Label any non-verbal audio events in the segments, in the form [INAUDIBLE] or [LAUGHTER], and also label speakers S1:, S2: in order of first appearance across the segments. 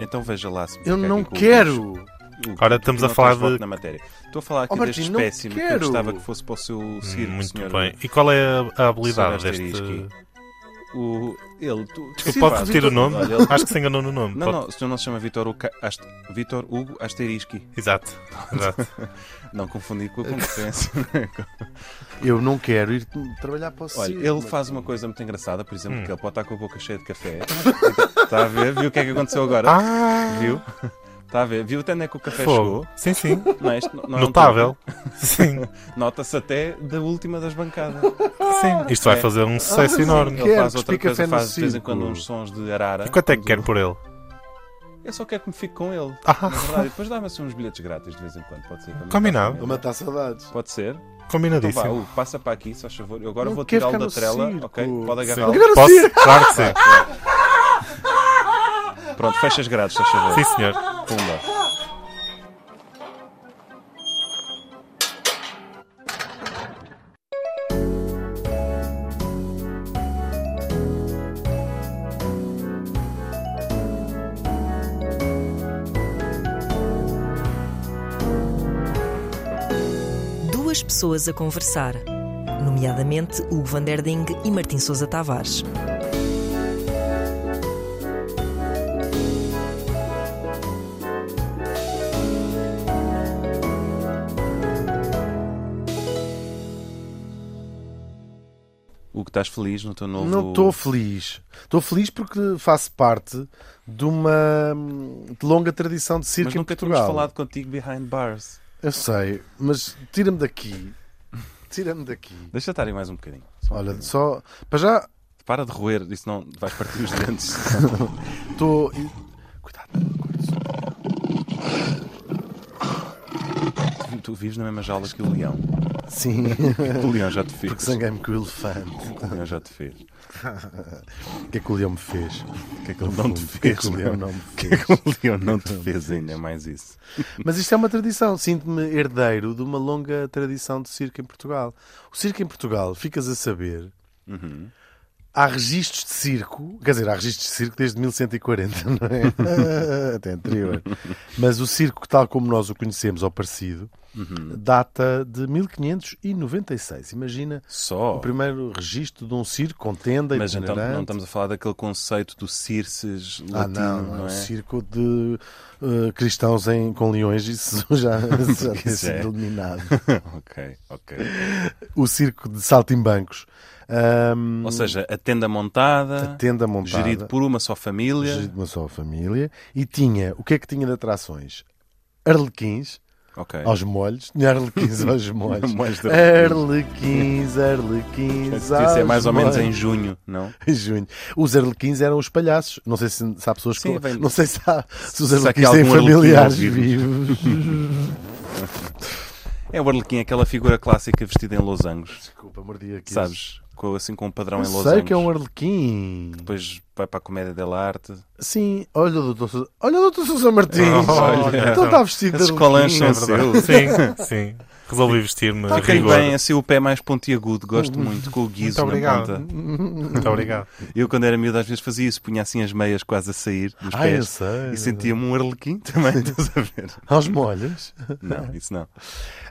S1: Então veja lá se
S2: Eu
S1: porque é
S2: não
S1: que o-
S2: quero.
S1: o-
S3: Ora,
S1: porque
S3: estamos
S1: não
S3: a falar
S1: tens voto
S3: de-
S1: na matéria. Estou a falar aqui
S2: Oh,
S1: deste
S2: Martim, não
S1: espécime que eu
S2: quero.
S1: gostava que fosse para o seu circo,
S3: Hum, Muito
S1: senhor.
S3: bem. E qual é a- a, habilidade
S1: Senhor
S3: deste.
S1: Asterisco. O, ele, tu,
S3: Desculpa,
S2: Sim,
S3: pode
S2: pá,
S3: repetir o
S2: Vitor-
S3: nome?
S1: Olha, ele-
S3: Acho que se enganou no nome.
S1: Não,
S3: Pode-
S1: não, o senhor não se chama Vitor, Uca- Ast- Vitor Hugo Asteriski.
S3: Exato.
S1: [LAUGHS]
S3: Exato.
S1: Não confundir com a
S2: [LAUGHS]
S1: concorrência.
S2: Eu não quero ir trabalhar para o circo.
S1: Olha, ele
S2: Martim.
S1: faz uma coisa muito engraçada, por exemplo,
S3: Hum.
S1: que ele pode estar com a boca cheia de café. Está a ver? Viu o que é que aconteceu agora?
S3: Ah!
S1: Viu? Está a ver? Viu até onde é que o café
S3: Fogo. Sim, sim.
S1: chegou? Não, isto [LAUGHS] não- não é um
S3: Notável. [LAUGHS] Sim,
S1: truque. Nota-se até da última das bancadas.
S3: sim. Isto vai
S1: É.
S3: fazer um sucesso
S2: sim.
S3: enorme.
S1: Ele
S2: Quero
S1: faz
S2: que
S1: outra
S2: espie
S1: coisa,
S2: café no
S1: faz de vez em
S2: circo.
S1: quando uns sons de arara.
S3: E quanto é que quer por ele?
S1: Eu só quero que me fique com ele. Na
S3: Ah,
S1: verdade, E depois dá-me assim uns bilhetes grátis de vez em quando, pode ser. para matar
S3: Combinado.
S1: também.
S2: Vou matar saudades.
S1: Pode ser.
S3: combinadíssimo.
S1: Então vá, Hugo, passa para aqui, se faz favor. Eu agora
S2: Não
S1: vou
S2: quero
S1: tirá-lo da
S2: ficar no
S1: trela,
S2: circo.
S1: ok? Pode
S3: Sim.
S1: agarrá-lo.
S2: Quero
S3: Posso?
S2: circo!
S3: Claro
S1: [LAUGHS]
S3: que sim.
S1: Pronto, fecha as grades, se faz favor.
S3: Sim, senhor.
S1: Pumba.
S4: Duas pessoas a conversar, nomeadamente Hugo van der Ding e Martim Sousa Tavares.
S1: O que estás feliz no teu novo.
S2: Não estou feliz. Estou feliz porque faço parte de uma hum, de longa tradição de circo
S1: Mas
S2: em
S1: nunca tínhamos
S2: Portugal.
S1: falado contigo behind bars.
S2: Eu sei, mas tira-me daqui. Tira-me daqui.
S1: Deixa estar aí mais um bocadinho. Só um
S2: Olha,
S1: bocadinho.
S2: só. Para já
S1: Para de roer, isso não vais partir os dentes.
S2: estou. Cuidado, corte-se.
S1: Tu- tu vives na mesma jaula que o leão.
S2: Sim, [LAUGHS]
S1: O leão já te fez.
S2: porque sanguei-me com o elefante.
S1: O leão já te fez. O
S2: O que é que o leão me fez?
S1: que é que ele não te
S2: O que é
S1: fez?
S2: que o leão
S1: não é?
S2: não me
S1: O que é
S2: fez?
S1: que o leão não te fez ainda? É mais isso.
S2: Mas isto é uma tradição. Sinto-me herdeiro de uma longa tradição de circo em Portugal. O circo em Portugal, ficas a saber.
S1: Uhum.
S2: Há registros de circo, quer dizer, há registros de circo desde 1140, não
S1: [LAUGHS]
S2: é? Até anterior. Mas o circo, tal como nós o conhecemos, ou parecido,
S1: Uhum.
S2: data de 1596. Imagina
S1: Só.
S2: o primeiro registro de um circo com tenda
S1: Oh.
S2: e
S1: Mas então
S2: itinerante.
S1: não estamos a falar daquele conceito do Circes latino,
S2: Ah, não,
S1: não,
S2: é um
S1: é?
S2: circo de uh, cristãos em, com leões, isso [LAUGHS] já, já tem
S1: [LAUGHS] Isso é.
S2: sido eliminado.
S1: ok, ok.
S2: Hum. O circo de saltimbancos. Um,
S1: Ou seja, a tenda montada,
S2: a tenda montada,
S1: gerido por uma só família.
S2: gerido de uma só família, e tinha, o que é que tinha de atrações? Arlequins
S1: Ok.
S2: aos molhos, tinha
S1: [LAUGHS]
S2: arlequins aos molhos.
S1: Mais de-
S2: Arlequins, arlequins,
S1: Portanto, é Isso é mais
S2: aos
S1: ou menos em
S2: molhos.
S1: junho, não?
S2: Em junho. Os arlequins eram os palhaços. Não sei se, se há pessoas
S1: Sim,
S2: que.
S1: vem-
S2: Não sei se, há, se os
S1: Se há
S2: arlequins
S1: aqui
S2: têm
S1: algum arlequim
S2: familiares
S1: ouvido.
S2: vivos.
S1: É o Arlequim, aquela figura clássica vestida em losangos,
S2: Desculpa, mordi aqui.
S1: sabes? Com, assim com um padrão
S2: Eu
S1: em
S2: sei
S1: losangos.
S2: que é um arlequim.
S1: Depois vai para a comédia dela arte.
S2: Sim, olha o doutor Sousa, olha o doutor
S1: [LAUGHS]
S2: Sousa Martins.
S3: Olha.
S2: então está vestido de
S1: Esses colãs
S2: arlequim.
S1: são
S3: Sim, sim, sim. Resolvi vestir-me
S2: Tá,
S3: de
S1: Está bem,
S3: rigor.
S1: bem, assim o pé mais pontiagudo,
S2: Hum,
S1: gosto muito, com o guiso
S3: Muito
S1: na
S3: obrigado.
S1: ponta.
S2: [LAUGHS]
S3: Muito obrigado.
S1: Eu quando era miúdo às vezes fazia isso, punha assim as meias quase a sair dos
S2: Ah, eu
S1: pés.
S2: sei.
S1: E sentia-me um arlequim [LAUGHS] também, estás a ver?
S2: Aos molhos.
S1: Não, isso não.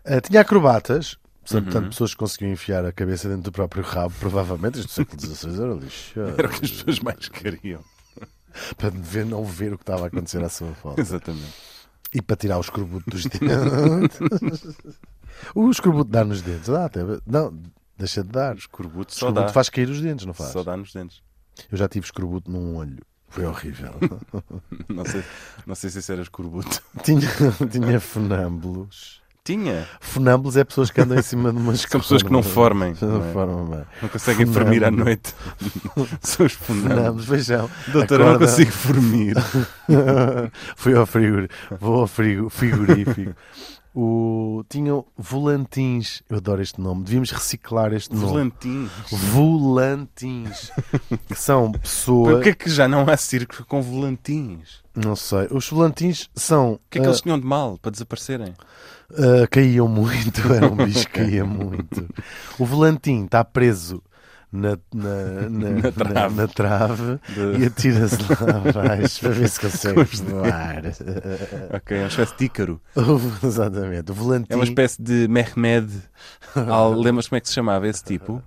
S2: Ah, tinha acrobatas. Portanto,
S1: Uhum.
S2: portanto, pessoas que conseguiam enfiar a cabeça dentro do próprio rabo, provavelmente, isto do século XVI era lixo.
S1: [LAUGHS] Era o que as pessoas mais queriam.
S2: Para ver, não ver o que estava a acontecer à sua
S1: [LAUGHS]
S2: volta.
S1: Exatamente.
S2: E para tirar o escorbuto dos dentes. [LAUGHS] o escorbuto dá nos dentes. Dá até. Não, deixa de dar. O
S1: Corbuto só
S2: escorbuto
S1: dá.
S2: faz cair os dentes, não faz?
S1: Só dá nos dentes.
S2: Eu já tive escorbuto num olho.
S1: Hum. [LAUGHS]
S2: Foi horrível.
S1: Não sei, não sei se isso era escorbuto. [LAUGHS]
S2: tinha, tinha funâmbulos.
S1: Tinha.
S2: Funâmbulos é pessoas que andam em cima de umas
S1: São pessoas que não formem. não é?
S2: Não formam bem.
S1: Não conseguem dormir à [LAUGHS] noite. São os fundados.
S2: Funâmbulos, vejam.
S1: Doutora, eu não
S2: Acorda. [LAUGHS]
S1: consigo [LAUGHS] dormir.
S2: Fui ao frigorífico. Vou ao frigo, frigorífico. O... Tinham volantins. Eu adoro este nome. Devíamos reciclar este nome.
S1: Volantinho. [LAUGHS]
S2: Volantins. que são pessoas.
S1: Porquê que já não há circo com volantins?
S2: Não sei. Os volantins são. ah,
S1: O que é que eles tinham de mal para desaparecerem?
S2: [LAUGHS] Uh, caíam muito, era um bicho que caía muito. O volantim está preso na,
S1: [LAUGHS]
S2: na, na, na- na trave,
S1: trave.
S2: e atira-se
S1: [LAUGHS]
S2: lá abaixo para ver se consegue voar. [LAUGHS]
S1: Ok, é uma espécie de ícaro.
S2: O- Exatamente. O
S1: É uma
S2: volantinho.
S1: espécie de Mehmed.
S2: [LAUGHS]
S1: Al... Lembras como é que se chamava esse tipo?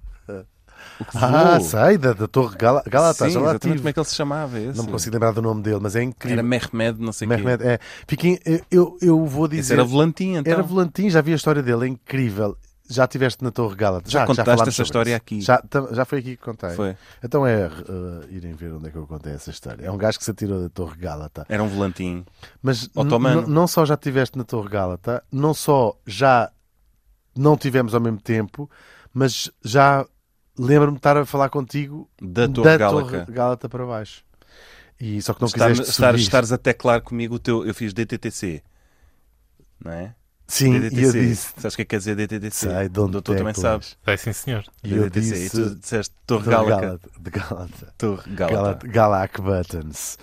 S1: O que
S2: Ah,
S1: voou.
S2: sai da, da Torre Gala, Galata,
S1: Sim,
S2: já lá
S1: exatamente
S2: tive.
S1: como é que ele se chamava esse?
S2: Não me consigo lembrar do nome dele, mas é
S1: Era
S2: incrível.
S1: Mehmed, não sei o quê.
S2: Mehmet, é. Fiquem, eu, eu vou
S1: Esse
S2: dizer.
S1: era volantinho, então.
S2: Era volantim, já vi a história dele, é incrível. Já estiveste na Torre Galata.
S1: Já
S2: Já,
S1: contaste
S2: falámos
S1: essa
S2: sobre
S1: história
S2: isso.
S1: aqui.
S2: Já, tam- já foi aqui que contei.
S1: Foi.
S2: Então é uh, irem ver onde é que eu contei essa história. É um gajo que se atirou da Torre Gálata.
S1: Era um volantinho.
S2: Mas
S1: Otomano.
S2: n- não só já estiveste na Torre Gálata, não só já não tivemos ao mesmo tempo, mas já lembro-me de estar a falar contigo
S1: Da Torre Gálica.
S2: Torre Gálata para baixo. E só que não
S1: Estar-
S2: quiseste
S1: estar-
S2: subir.
S1: Estares a teclar comigo o teu. Eu fiz DTTC. Não é?
S2: Sim,
S1: DTTC.
S2: e eu disse.
S1: Sabes o que é que quer dizer DTTC?
S2: Sai de onde
S1: Doutor, também
S2: teclas.
S1: sabes.
S3: É sim, senhor.
S2: E eu
S1: DTTC.
S2: disse.
S1: E tu disseste Torre
S2: Torre
S1: Gálica.
S2: Gálata. De Gálata.
S1: Torre
S2: Galac,
S1: Gálica.
S2: Galac Buttons.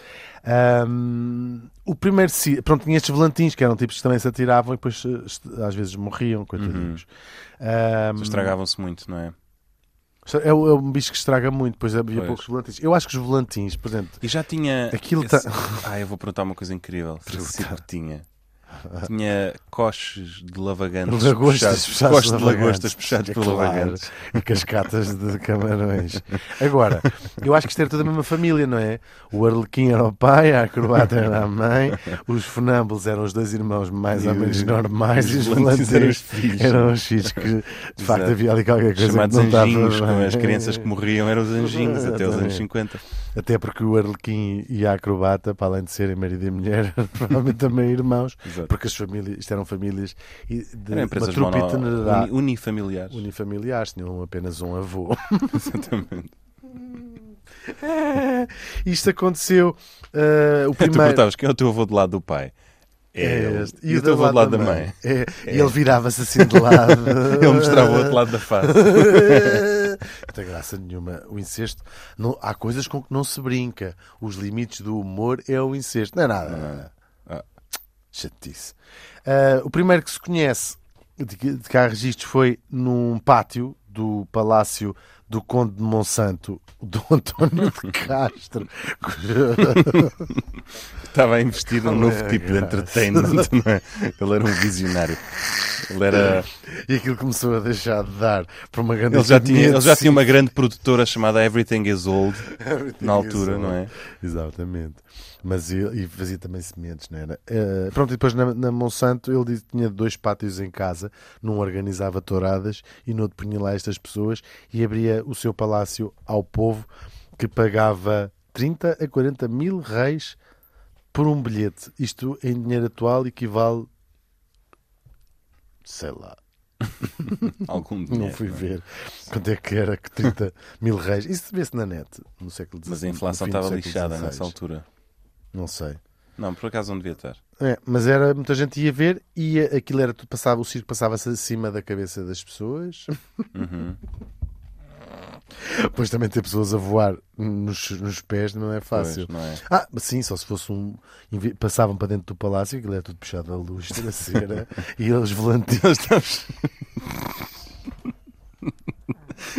S2: Ahm, o primeiro si- pronto, tinha estes volantins que eram tipos que também se atiravam e depois eh, est- às vezes morriam, coitadinhos.
S1: Uhum.
S2: Ahm,
S1: Estragavam-se muito, não é?
S2: é, o- é um bicho que estraga muito, pois havia
S1: Pois.
S2: poucos volantins. Eu acho que os volantins, por exemplo,
S1: E já tinha.
S2: Aquilo
S1: esse-
S2: tá- [LAUGHS]
S1: Ah, eu vou perguntar uma coisa incrível. Se esse circo tinha. Tinha coches de lavagantes.
S2: lagostas
S1: puxados-
S2: puxados,
S1: Coches de lagostas puxados
S2: É
S1: por
S2: claro.
S1: lavagantes.
S2: [LAUGHS] e cascatas de camarões. Agora, eu acho que isto era toda a mesma família, não é? O Arlequim era o pai, a acrobata era a mãe, os funâmbulos eram os dois irmãos mais
S1: E
S2: ou
S1: os-
S2: menos normais e os
S1: volantes eram os
S2: [LAUGHS] volantins
S1: filhos.
S2: eram os filhos que
S1: [LAUGHS]
S2: de facto
S1: Exato.
S2: havia ali qualquer coisa
S1: Chamados
S2: que não estava
S1: anjinhos,
S2: bem.
S1: como as crianças que morriam eram os anjinhos até os anos
S2: Exatamente.
S1: 50.
S2: Até porque o Arlequim e a acrobata, para além de serem marido e mulher, [LAUGHS] provavelmente também irmãos,
S1: Exato.
S2: porque as famílias, isto eram famílias e de
S1: Eram
S2: uma
S1: empresas
S2: trupe
S1: mono-
S2: itinerá-
S1: uni- unifamiliares.
S2: unifamiliares, tinham apenas um avô.
S1: [LAUGHS] Exatamente.
S2: [LAUGHS] Isto aconteceu. eh, o
S1: Tu
S2: primeiro.
S1: perguntavas quem é o teu avô do lado do pai?
S2: É
S1: ele.
S2: este.
S1: E o teu avô do lado da mãe? [LAUGHS]
S2: É. E ele virava-se assim de lado.
S1: Ele mostrava o
S2: [LAUGHS]
S1: outro lado da face.
S2: não tem graça nenhuma. O incesto. Não, há coisas com que não se brinca. Os limites do humor é o incesto. Não é nada. não é nada.
S1: Ah.
S2: Chatice. Ah, o primeiro que se conhece de que, de que há registros foi num pátio do Palácio do Conde de Monsanto, do [LAUGHS] António de
S1: [LAUGHS]
S2: Castro.
S1: Estava a investir num novo
S2: Colega.
S1: tipo de
S2: [LAUGHS]
S1: entertainment, não é? Ele era um visionário. Ele, era,
S2: E aquilo começou a deixar de dar para uma grande
S1: ele, já, tinha,
S2: academia de
S1: ele já tinha
S2: cinema.
S1: uma grande produtora chamada Everything is
S2: [LAUGHS]
S1: Old, na altura, não é?
S2: Exatamente. Mas eu, e fazia também sementes, não era? Eh, pronto, e depois na, na Monsanto ele disse que tinha dois pátios em casa, num organizava touradas e no outro punha lá estas pessoas e abria o seu palácio ao povo que pagava 30 a 40 mil reis por um bilhete. Isto em dinheiro atual equivale. sei lá.
S1: Algum
S2: Não
S1: dinheiro.
S2: fui
S1: não é?
S2: ver quanto é que era
S1: [LAUGHS]
S2: que 30 mil reis. Isso vê-se na net no século XIX.
S1: Mas a inflação
S2: no fim do
S1: estava
S2: século
S1: lixada
S2: XVI.
S1: nessa altura.
S2: Não sei.
S1: Não, por acaso não devia estar.
S2: É, mas era muita gente ia ver e a- aquilo era tudo passava, o circo passava-se acima da cabeça das pessoas.
S1: Uhum.
S2: [LAUGHS] Depois também ter pessoas a voar nos, nos pés não é fácil.
S1: Pois, não é?
S2: Ah, sim, só se fosse um. invi- Passavam para dentro do palácio, aquilo era tudo puxado à luz, [LAUGHS] da cera, e eles volantes.
S1: Nós estamos.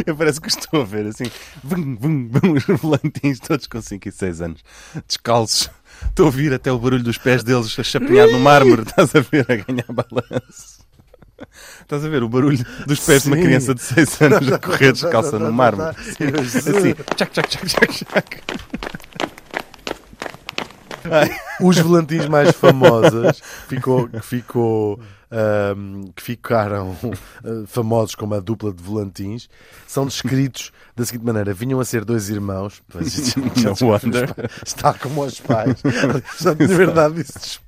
S1: Eu parece que estou a ver assim, vum, vum, vum, os volantins todos com 5 e 6 anos, descalços. Estou a ouvir até o barulho dos pés deles a chapinhar no mármore, estás a ver, a ganhar balanço. Estás a ver o barulho dos pés de uma
S2: Sim.
S1: criança de 6 anos a correr descalça no
S2: [LAUGHS]
S1: mármore. Assim, tchac, tchac, tchac, tchac, tchac.
S2: os volantins mais famosas ficou, que, ficou, ahm, que ficaram ah, famosos como a dupla de volantins são descritos da seguinte maneira: vinham a ser dois irmãos, pois
S1: [LAUGHS]
S2: isto é
S1: No wonder.
S2: está como aos pais, Portanto, na verdade, isso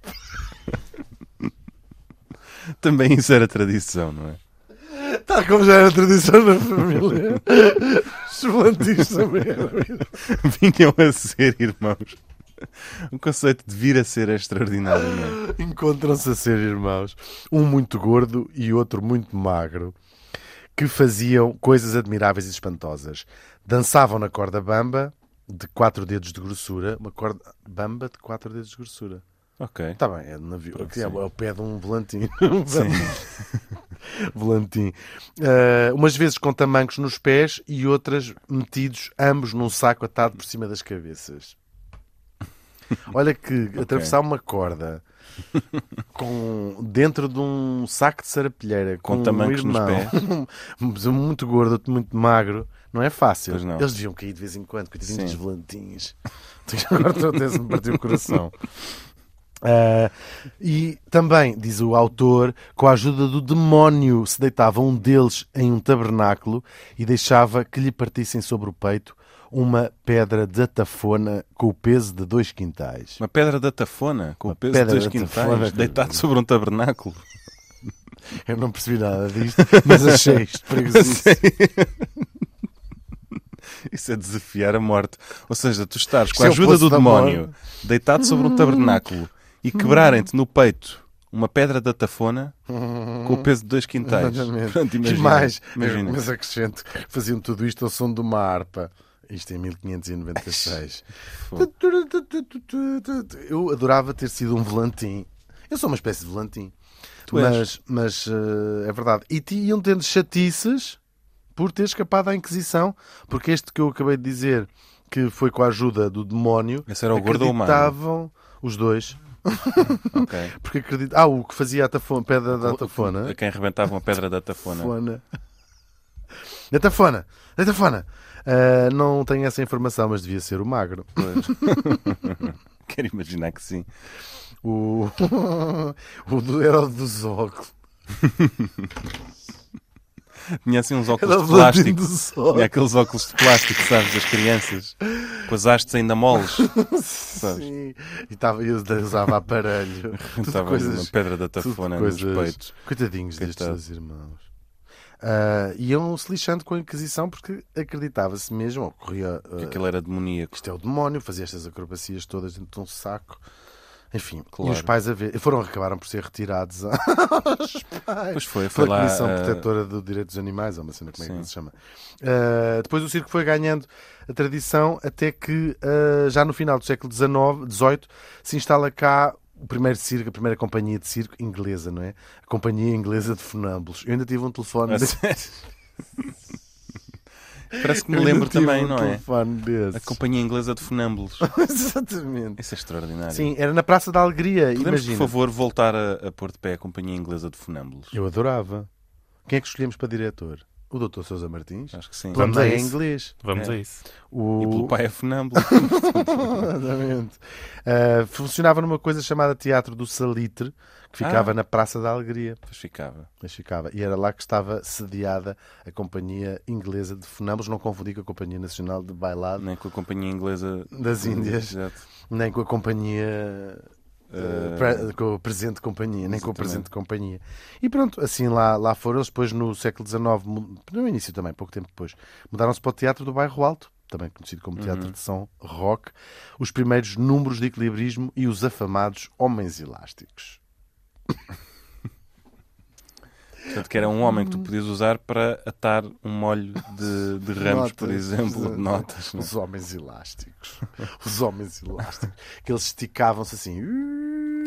S1: Também isso era tradição, não é? [LAUGHS]
S2: está como já era tradição na família. Os volantins também eram.
S1: Vinham a ser irmãos. O conceito de vir a ser é extraordinário, não é?
S2: [LAUGHS] Encontram-se a ser irmãos, um muito gordo e outro muito magro, que faziam coisas admiráveis e espantosas. Dançavam na corda bamba de quatro dedos de grossura, uma corda bamba de quatro dedos de grossura.
S1: Ok.
S2: Está bem, é de navio.
S1: Pronto,
S2: é, [LAUGHS]
S1: sim.
S2: o pé de um volantinho. Volantim. Ah, umas vezes com tamancos nos pés e outras metidos ambos num saco atado por cima das cabeças.
S1: [LAUGHS]
S2: Olha que atravessar uma corda com dentro de um saco de sarapilheira
S1: Com
S2: com,
S1: tamancos
S2: um
S1: nos
S2: irmão, [LAUGHS] um muito gordo, outro muito magro, não é fácil.
S1: Pois não.
S2: Eles deviam cair de vez em quando, coitadinhos
S1: Sim.
S2: dos volantins. [LAUGHS] Agora estou a me partir o coração. Ah, e também, diz o autor, com a ajuda do demónio se deitava um deles em um tabernáculo e deixava que lhe partissem sobre o peito uma pedra de atafona com o peso de dois quintais.
S1: Uma pedra da tafona, com
S2: Uma
S1: o peso de
S2: pedra
S1: dois
S2: da tafona,
S1: quintais,
S2: que-
S1: deitado sobre um tabernáculo. [LAUGHS]
S2: Eu não percebi nada disto, mas achei isto perigosíssimo.
S1: Isso é desafiar a morte. Ou seja, tu estás com
S2: é
S1: a
S2: o
S1: ajuda
S2: poço
S1: do
S2: da Hum.
S1: demónio, deitado sobre um tabernáculo e quebrarem-te no peito uma pedra da tafona com o peso de dois quintais.
S2: Exatamente.
S1: Pronto, imagina,
S2: e mais,
S1: imagina.
S2: mas acrescento, faziam tudo isto ao som de uma harpa. Isto é em 1596. Eu adorava ter sido um volantim. Eu sou uma espécie de volantim.
S1: Tu és.
S2: Mas, mas eh, é verdade. E te- iam tendo chatices por ter escapado à Inquisição, porque este que eu acabei de dizer, que foi com a ajuda do demónio,
S1: Esse era o gordo ou o magro?
S2: acreditavam os dois.
S1: Ok.
S2: Porque acreditavam. Ah, o que fazia a tafona, pedra da tafona.
S1: A quem arrebentava uma pedra da tafona.
S2: [LAUGHS] Tafona. Da Tafona. Da Tafona. Ah, não tenho essa informação, mas devia ser o magro.
S1: [LAUGHS] Quero imaginar que sim.
S2: O, [LAUGHS] o do- era o dos óculos.
S1: Tinha assim uns
S2: Era
S1: óculos
S2: o
S1: de plástico. é
S2: Vladimir dos
S1: Tinha
S2: óculos.
S1: aqueles óculos de plástico, sabes, das crianças, com as hastes ainda moles.
S2: [LAUGHS]
S1: Sabes?
S2: Sim. E tava, eu usava
S1: [LAUGHS]
S2: aparelho. Tudo
S1: Estava
S2: coisas-
S1: uma pedra da
S2: tudo
S1: tafona nos
S2: coisas-
S1: peitos.
S2: Coitadinhos destes
S1: Coitado.
S2: dois irmãos. Ah, iam se lixando com a Inquisição porque acreditava-se mesmo, ou corria ah,
S1: Que aquilo era demoníaco.
S2: isto é o demónio, fazia estas acrobacias todas dentro de um saco. Enfim,
S1: Claro.
S2: e os pais a ver, foram, acabaram por ser retirados [LAUGHS] aos pais.
S1: Pois foi, foi
S2: pela
S1: lá.
S2: Comissão
S1: ah,
S2: Protetora do Direito dos Animais, ou uma cena, como é que
S1: Sim.
S2: se chama. Ah, depois o circo foi ganhando a tradição até que ah, já no final do século XIX, XVIII se instala cá o primeiro circo, a primeira companhia de circo inglesa, não é? A Companhia Inglesa de Funâmbulos. Eu ainda tive um telefone
S1: a
S2: desse.
S1: sério? Parece que
S2: [LAUGHS] Eu
S1: me
S2: ainda
S1: lembro
S2: tive
S1: também,
S2: um
S1: não é?
S2: telefone desse.
S1: A Companhia Inglesa de Funâmbulos.
S2: [LAUGHS] Exatamente.
S1: Isso é extraordinário.
S2: Sim, era na Praça da Alegria,
S1: Podemos,
S2: imagina.
S1: por favor, voltar a, a pôr de pé a Companhia Inglesa de Funâmbulos?
S2: Eu adorava. Quem é que escolhemos para diretor? O Dr. Sousa Martins?
S1: Acho que sim.
S2: Pelo
S3: Vamos
S2: meio
S3: a
S2: é
S3: isso.
S2: inglês.
S3: Vamos
S1: Ah, É.
S3: a isso.
S2: O...
S1: E pelo pai é Funâmbulo.
S2: [LAUGHS] Exatamente. Ah, funcionava numa coisa chamada Teatro do Salitre, que ficava
S1: Ah.
S2: na Praça da Alegria.
S1: Pois ficava.
S2: Mas ficava. E era lá que estava sediada a Companhia Inglesa de Funambos, não confundir com a Companhia Nacional de Bailado,
S1: Nem né, com a Companhia Inglesa
S2: Das Índias.
S1: Exato.
S2: nem com a Companhia. ah,
S1: Ah,
S2: pre- com a presente companhia, nem com a
S1: Exatamente.
S2: presente companhia. E pronto, assim lá, lá foram eles. Depois, no século XIX, mu- no início também, pouco tempo depois, mudaram-se para o Teatro do Bairro Alto, também conhecido como
S1: Uhum.
S2: Teatro de São Roque, os primeiros números de equilibrismo e os afamados Homens Elásticos.
S1: Portanto, que era um homem que tu podias usar para atar um molho de, de ramos, por
S2: Notas.
S1: exemplo, de notas. não é?
S2: Os homens elásticos. [LAUGHS] Os homens elásticos. Que eles esticavam-se assim.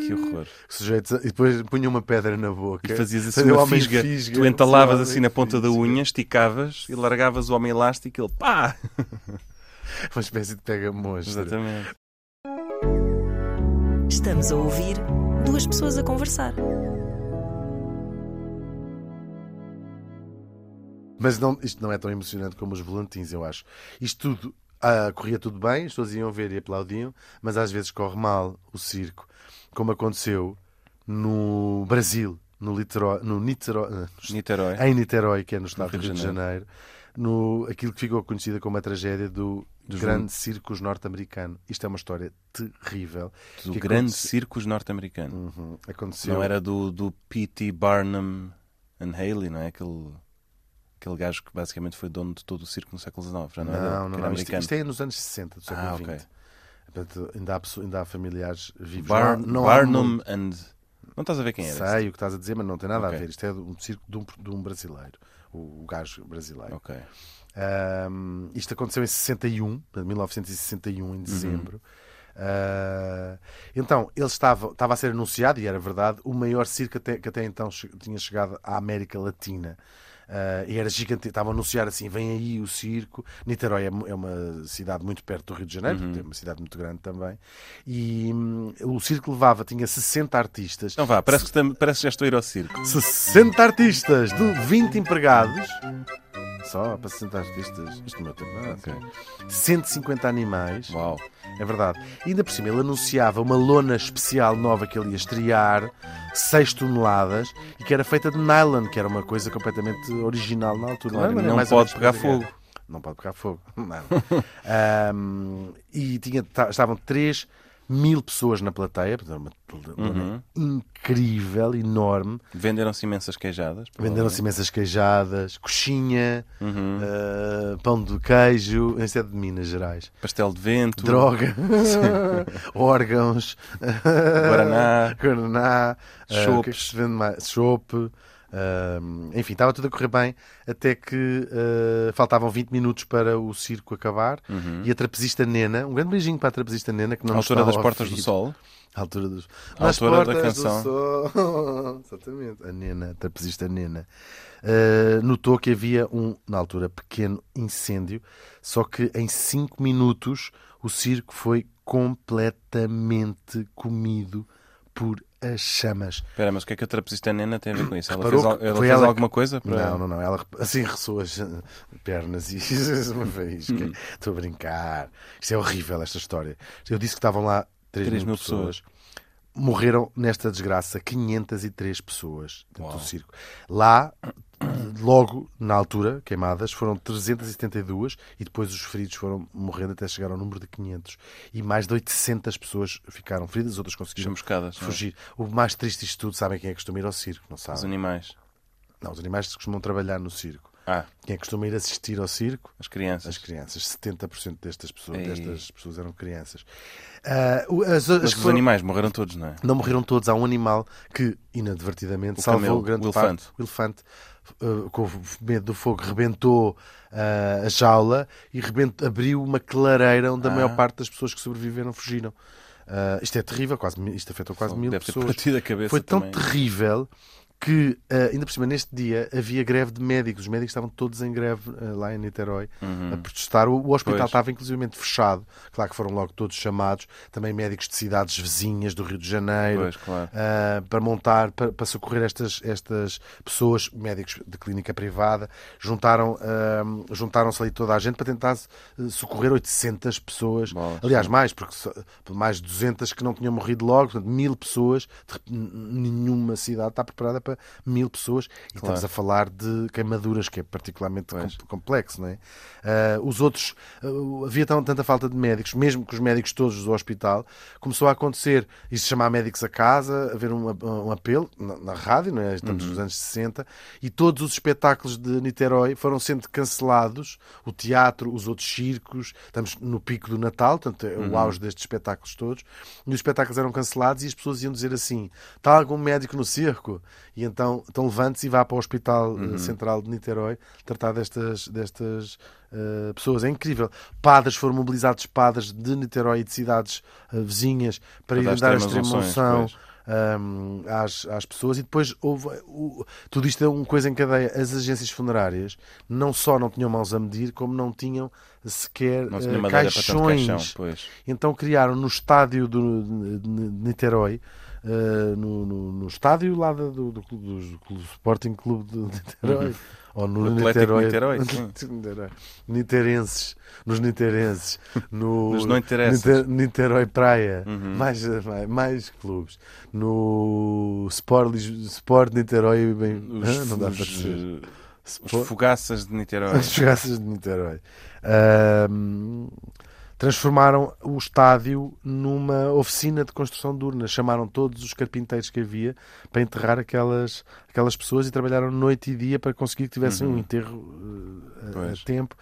S1: Que horror.
S2: Sujeitos a- E depois punham uma pedra na boca.
S1: E fazias assim
S2: Fazia o
S1: uma
S2: homem
S1: fisga.
S2: fisga.
S1: Tu entalavas
S2: Sim,
S1: assim na ponta da
S2: fisga.
S1: unha, esticavas e largavas o homem elástico e ele pá!
S2: É Uma espécie de pega-monstro.
S1: Exatamente.
S4: Estamos a ouvir duas pessoas a conversar.
S2: Mas não, isto não é tão emocionante como os volantins, eu acho. Isto tudo ah, corria tudo bem, as pessoas iam ver e aplaudiam, mas às vezes corre mal o circo, como aconteceu no Brasil, no, Litero, no Niterói, ah, nos-
S1: Niterói.
S2: em Niterói, que é no estado do
S1: Rio de
S2: Rio de Janeiro, no, aquilo que ficou conhecido como a tragédia do grande circo norte-americano. Isto é uma história terrível.
S1: Do
S2: que
S1: grande
S2: aconte-
S1: circos norte-americano.
S2: Uhum, aconteceu.
S1: Não é era do, do P.T. Barnum and Haley, não é? Aquele, aquele gajo que basicamente foi dono de todo o circo no século XIX, já não, era? Que
S2: Não, não,
S1: era
S2: não. Isto,
S1: americano.
S2: isto é nos anos 60 do século
S1: Ah,
S2: XX.
S1: ok.
S2: Portanto, ainda há, pessoa- ainda há familiares vivos.
S1: Bar-
S2: é- Não há- não há
S1: Barnum
S2: muito-
S1: and... Não estás a ver quem era?
S2: Sei o que estás a dizer, mas não tem nada
S1: Ok.
S2: a ver. Isto é de um circo de um, de um brasileiro, o, o gajo brasileiro.
S1: Ok.
S2: um, Ahm, isto aconteceu em 61, portanto, 1961, em um, dezembro. Ah, então, ele estava, estava a ser anunciado, e era verdade, o maior circo até- que até então che- tinha chegado à América Latina. Ah, e era gigante, estava a anunciar assim: vem aí o circo. Niterói é, mu- é uma cidade muito perto do Rio de Janeiro, é uma cidade muito grande também. E hum, o circo levava, tinha 60 artistas.
S1: Então vá, parece que, tam- parece que já estou a ir ao circo.
S2: 60 artistas de 20 empregados. Só para 60 artistas. Isto no meu tempo. não é?
S1: Ok.
S2: 150 animais.
S1: Uau.
S2: É verdade. E ainda por cima, ele anunciava uma lona especial nova que ele ia estrear, 6 toneladas, e que era feita de nylon, que era uma coisa completamente original na altura.
S1: Claro,
S2: Nylon é
S1: não
S2: mais ou
S1: pode
S2: menos
S1: pegar
S2: para ligar.
S1: fogo.
S2: Não pode pegar fogo. [LAUGHS] Não. Ahm, e tinha, ta- estavam 3 mil pessoas na plateia, portanto, era uma lona
S1: Uhum.
S2: incrível, enorme.
S1: Venderam-se imensas queijadas.
S2: Venderam-se imensas queijadas, coxinha,
S1: Uhum.
S2: ah, pão de queijo, isso é de Minas Gerais.
S1: Pastel de vento.
S2: Droga, [LAUGHS] órgãos,
S1: Guaraná.
S2: Guaraná, ah,
S1: Chopes.
S2: o que é que se vende mais? Chope, ah, enfim, estava tudo a correr bem até que ah, faltavam 20 minutos para o circo acabar e a trapezista Nena, um grande beijinho para a trapezista Nena que não
S1: À
S2: nos
S1: Uhum. altura
S2: está
S1: das
S2: a
S1: Portas do
S2: ouvir.
S1: Sol.
S2: À altura dos.
S1: À
S2: Nas
S1: altura da
S2: portas
S1: canção.
S2: Do sol. [LAUGHS] Exatamente. A Nena, a trapezista Nena, eh, notou que havia um, na altura, pequeno incêndio, só que em 5 minutos o circo foi completamente comido por as chamas.
S1: Espera, mas o que é que a trapezista Nena tem a ver com isso? Ela
S2: Reparou
S1: fez, al-
S2: que
S1: ela
S2: foi
S1: fez
S2: ela
S1: alguma coisa? Para...
S2: Não, não, não. Ela rep- assim ressou as eh, pernas e [LAUGHS] uma vez. que-
S1: Hum.
S2: Estou a brincar. Isto é horrível, esta história. Eu disse que estavam lá 3,
S1: Três
S2: mil
S1: mil pessoas.
S2: pessoas. Morreram nesta desgraça 503 pessoas dentro
S1: Uau.
S2: do circo. Lá, logo na altura, queimadas, foram 372 e depois os feridos foram morrendo até chegar ao número de 500. E mais de 800 pessoas ficaram feridas, outras conseguiram
S1: Chamuscadas. não é?
S2: fugir. O mais triste disto tudo, sabem quem é que costuma ir ao circo? Não
S1: Os
S2: sabem?
S1: animais.
S2: Não, os animais costumam trabalhar no circo.
S1: Ah,
S2: Quem é costuma ir assistir ao circo?
S1: as crianças.
S2: As crianças. 70% destas pessoas,
S1: Ei.
S2: destas pessoas eram crianças. Ah, o- as- as
S1: É. Mas
S2: que
S1: os
S2: foram-
S1: animais morreram todos, não é?
S2: Não morreram todos. Há um animal que, inadvertidamente,
S1: O
S2: salvou
S1: camelo,
S2: grande
S1: o
S2: parte.
S1: elefante.
S2: O elefante, ah, com medo do fogo, rebentou ah, a jaula e rebent- abriu uma clareira onde a
S1: Ah.
S2: maior parte das pessoas que sobreviveram fugiram. Ah, isto é terrível, quase, mi- isto afetou quase mil
S1: Deve ter
S2: pessoas.
S1: partido a cabeça
S2: Foi tão
S1: também.
S2: terrível que, ah, ainda por cima, neste dia havia greve de médicos. Os médicos estavam todos em greve ah, lá em Niterói a protestar. O, o hospital
S1: Uhum. Pois.
S2: estava inclusivamente fechado. Claro que foram logo todos chamados. Também médicos de cidades vizinhas do Rio de Janeiro
S1: Pois, claro.
S2: ah, para montar, para, para socorrer estas, estas pessoas, médicos de clínica privada. Juntaram, ah, juntaram-se ali toda a gente para tentar eh, socorrer 800 pessoas.
S1: Bolas.
S2: Aliás, mais, porque só- mais de 200 que não tinham morrido logo, portanto, mil pessoas, de rep- n- nenhuma cidade está preparada para mil pessoas, e estamos a falar de queimaduras, que é particularmente com- complexo, não é? Ah, os outros, ah, havia tão, tanta falta de médicos, mesmo que os médicos todos do hospital, começou a acontecer isso chamar médicos a casa, haver um, um apelo na, na rádio, não é? Estamos nos anos 60, e todos os espetáculos de Niterói foram sendo cancelados, o teatro, os outros circos, estamos no pico do Natal, portanto, é
S1: Uhum.
S2: o auge destes espetáculos todos, e os espetáculos eram cancelados e as pessoas iam dizer assim, está algum médico no circo? E então, então levante-se e vá para o Hospital eh,
S1: Uhum.
S2: Central de Niterói tratar destas, destas eh, pessoas. É incrível. Padres foram mobilizados, padres de Niterói e de cidades eh, vizinhas,
S1: Para
S2: para irem
S1: dar
S2: dar a
S1: extremas
S2: extrema
S1: unções,
S2: unção hum, às, às pessoas e depois houve o- tudo isto é uma coisa em cadeia. As agências funerárias não só não tinham mãos a medir, como não tinham sequer
S1: Não tinha
S2: eh,
S1: madeira para tanto
S2: caixões.
S1: caixão. Pois.
S2: Então criaram no estádio do, de, de Niterói, eh, no, no- no estádio lá da- do, do, clube- dos- do, clube- Sporting Clube de Niterói, ou [LAUGHS] no
S1: No Uhum. Atlético
S2: Niterói,
S1: Niterói, sim.
S2: Niterói. Niterenses, nos Niterenses, no
S1: Nos não Uhum. interesses.
S2: Nite- Niterói Praia, mais, mais, mais clubes, no Sport, Lis- Sport Niterói, bem,
S1: Os,
S2: Hã? não dá para
S1: os,
S2: dizer.
S1: eh, os
S2: Sport-
S1: fogaças de
S2: [LAUGHS]
S1: Niterói.
S2: as graças de Niterói. Ahm, transformaram o estádio numa oficina de construção de urnas. Chamaram todos os carpinteiros que havia para enterrar aquelas, aquelas pessoas e trabalharam noite e dia para conseguir que tivessem um enterro eh, a- a,
S1: Pois.
S2: tempo.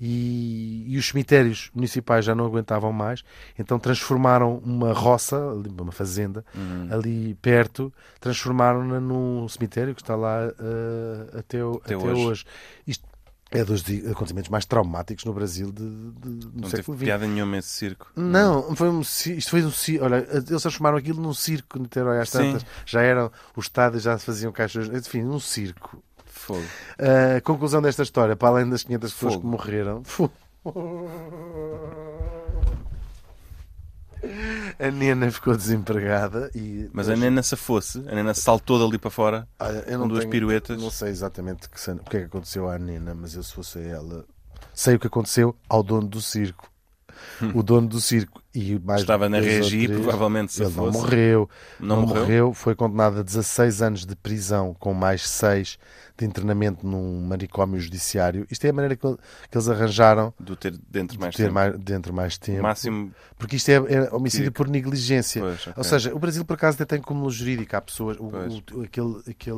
S2: E, e os cemitérios municipais já não aguentavam mais, então transformaram uma roça, ali, uma fazenda, ali perto, transformaram-na num cemitério que está lá eh, até, o-
S1: Até
S2: até
S1: hoje.
S2: hoje. Isto é dos di- acontecimentos mais traumáticos no Brasil de, de- do
S1: Não teve
S2: século XX.
S1: piada nenhuma esse circo.
S2: Não, foi um, ci- isto foi um circo. Olha, eles transformaram aquilo num circo de Niterói às
S1: Sim.
S2: tantas. Já eram, os estádios já se faziam caixas. Enfim, um circo. Ah,
S1: Fogo.
S2: A conclusão desta história, para além das 500 pessoas
S1: Fogo.
S2: que morreram, [LAUGHS] fu- a Nena ficou desempregada e.
S1: Mas a Nena se fosse, a Nena saltou dali para fora.
S2: Olha, Ah, eu
S1: com Um, duas piruetas.
S2: Não sei exatamente que cena- o que é que aconteceu à Nena, mas eu, se fosse ela, sei o que aconteceu ao dono do circo. O dono do circo e mais
S1: Hum. Estava na
S2: dois ou
S1: Regi,
S2: três,
S1: provavelmente, se
S2: ele não
S1: fosse.
S2: morreu.
S1: Não morreu?
S2: Foi condenado a 16 anos de prisão, com mais 6 de internamento num manicômio judiciário. Isto é a maneira que, que eles arranjaram
S1: Do ter dentro mais
S2: de ter
S1: tempo.
S2: mais, dentro mais tempo.
S1: Máximo.
S2: Porque isto é, é homicídio
S1: Tira-
S2: por negligência.
S1: Pois, ok.
S2: Ou seja, o Brasil, por acaso, até tem cúmulo jurídico. Há pessoas. O,
S1: Pois.
S2: o- aquele, aquele.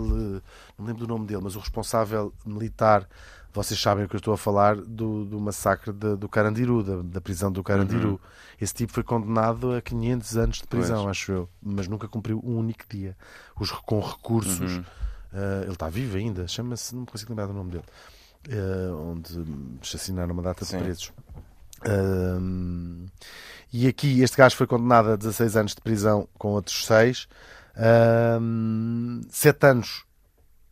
S2: Não me lembro do nome dele, mas o responsável militar. Vocês sabem o que eu estou a falar do, do massacre de- do Carandiru, da, da prisão do Carandiru.
S1: Uhum.
S2: Esse tipo foi condenado a 500 anos de prisão, acho eu, mas nunca cumpriu um único dia. Os, re- com
S1: Uhum.
S2: recursos. ah, ele está vivo ainda, chama-se, não me consigo lembrar do nome dele. Ah, onde assassinaram uma data
S1: Sim.
S2: de presos. Ahm, e aqui este gajo foi condenado a 16 anos de prisão com outros 6. 7 anos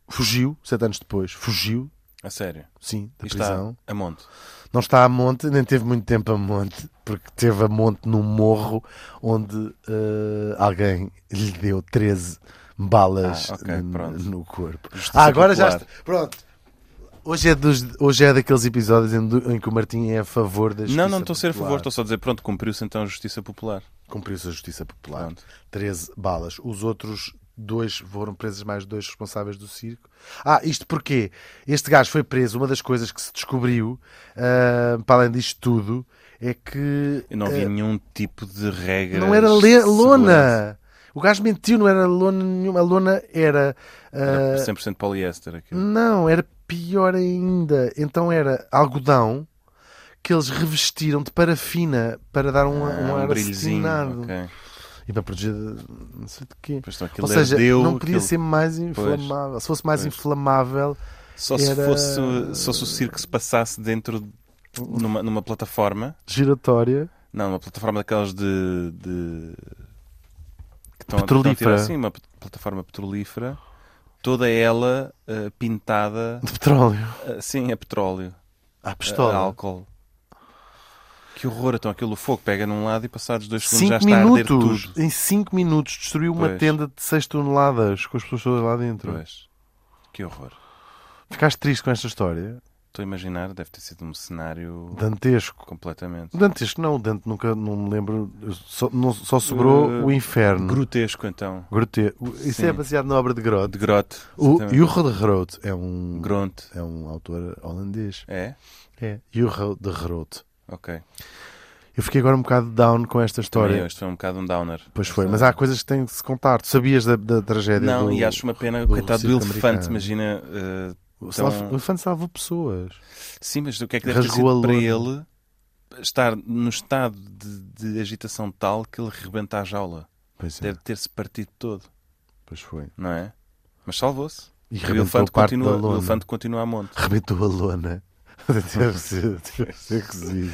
S2: fugiu, 7 anos depois, fugiu,
S1: A sério.
S2: sim, da
S1: E
S2: prisão.
S1: está a monte.
S2: Não está a monte, nem teve muito tempo a monte, porque teve a monte num morro onde eh, alguém lhe deu 13 balas
S1: Ah, ok,
S2: n-
S1: pronto.
S2: no corpo.
S1: Justiça
S2: Ah, agora já
S1: popular.
S2: está. Pronto. Hoje é, dos, hoje é daqueles episódios em, do- em que o Martim é a favor da justiça
S1: Não, não estou a ser a favor,
S2: popular.
S1: estou só a dizer, pronto, cumpriu-se então a justiça popular.
S2: Cumpriu-se a justiça popular.
S1: Pronto.
S2: 13 balas. Os outros dois foram presos, mais dois responsáveis do circo. Ah, isto porquê? Este gajo foi preso. Uma das coisas que se descobriu, ah, para além disto tudo, é que.
S1: Eu não vi
S2: ah,
S1: nenhum tipo de regra.
S2: não era le- lona! O gajo mentiu, não era lona nenhuma. A lona era. ah,
S1: Era 100% poliéster aquilo.
S2: não, era pior ainda. Então era algodão que eles revestiram de parafina para dar um,
S1: Ah,
S2: um ar
S1: brilhozinho.
S2: acetinado.
S1: ok.
S2: E para proteger de não sei de quê.
S1: Pois, então, aquilo
S2: Ou seja,
S1: ardeu,
S2: não podia
S1: aquilo-
S2: ser mais inflamável. Se fosse mais
S1: Pois.
S2: inflamável,
S1: Só, se
S2: era-
S1: fosse, só se o circo se passasse dentro de- numa, numa plataforma.
S2: giratória.
S1: Não, uma plataforma daquelas de. de- que estão,
S2: Petrolífera.
S1: que estão a tirar, sim, uma pet- plataforma petrolífera, toda ela eh, pintada
S2: De petróleo.
S1: assim a petróleo,
S2: À
S1: a, a
S2: pistola.
S1: álcool. Que horror, então aquilo o fogo pega num lado e passados dois segundos já
S2: cinco
S1: está a arder
S2: minutos.
S1: tudo.
S2: Em 5 minutos destruiu uma
S1: Pois.
S2: tenda de 6 toneladas com as pessoas todas lá dentro.
S1: Pois. Que horror.
S2: Ficaste triste com esta história?
S1: Estou a imaginar, deve ter sido um cenário
S2: Dantesco.
S1: completamente
S2: Dantesco não, Dante nunca, não me lembro. Só, não- só sobrou
S1: Eh,
S2: o inferno.
S1: grotesco, então.
S2: Grote- Isso
S1: Sim.
S2: é baseado na obra de Grote.
S1: De grote.
S2: O
S1: Exatamente.
S2: Jurre de é um,
S1: Gronte.
S2: é um autor holandês.
S1: É?
S2: É. Jurre de Grote.
S1: Ok.
S2: Eu fiquei agora um bocado down com esta
S1: Também
S2: história.
S1: eu, isto foi um bocado um downer.
S2: Pois foi, mas há coisas que têm que se contar. Tu sabias da, da tragédia
S1: Não,
S2: do...
S1: e acho uma pena,
S2: do
S1: coitado do
S2: circo
S1: elefante,
S2: americano.
S1: imagina. eh,
S2: O
S1: então-
S2: elefante- o elefante salvou pessoas.
S1: sim, mas o que é que deve ter
S2: Rasgou a
S1: sido para ele
S2: lona.
S1: estar no estado de, de agitação tal que ele rebenta a jaula?
S2: Pois, é,
S1: Deve ter-se partido todo,
S2: pois foi.
S1: não é? Mas salvou-se.
S2: E
S1: O
S2: rebentou
S1: elefante,
S2: parte
S1: continua,
S2: da
S1: o
S2: lona.
S1: elefante continua a
S2: [LAUGHS]
S1: monte.
S2: Rebentou a lona. [LAUGHS] Deve ser, deve ser cozido.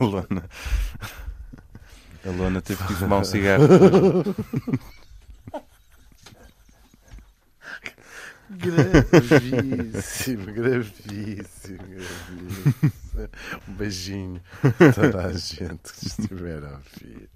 S1: A lona. A lona teve
S2: [LAUGHS]
S1: que fumar um cigarro. depois.
S2: [LAUGHS] gravíssimo, gravíssimo, gravíssimo. Um beijinho a toda a gente que estiver a ouvir.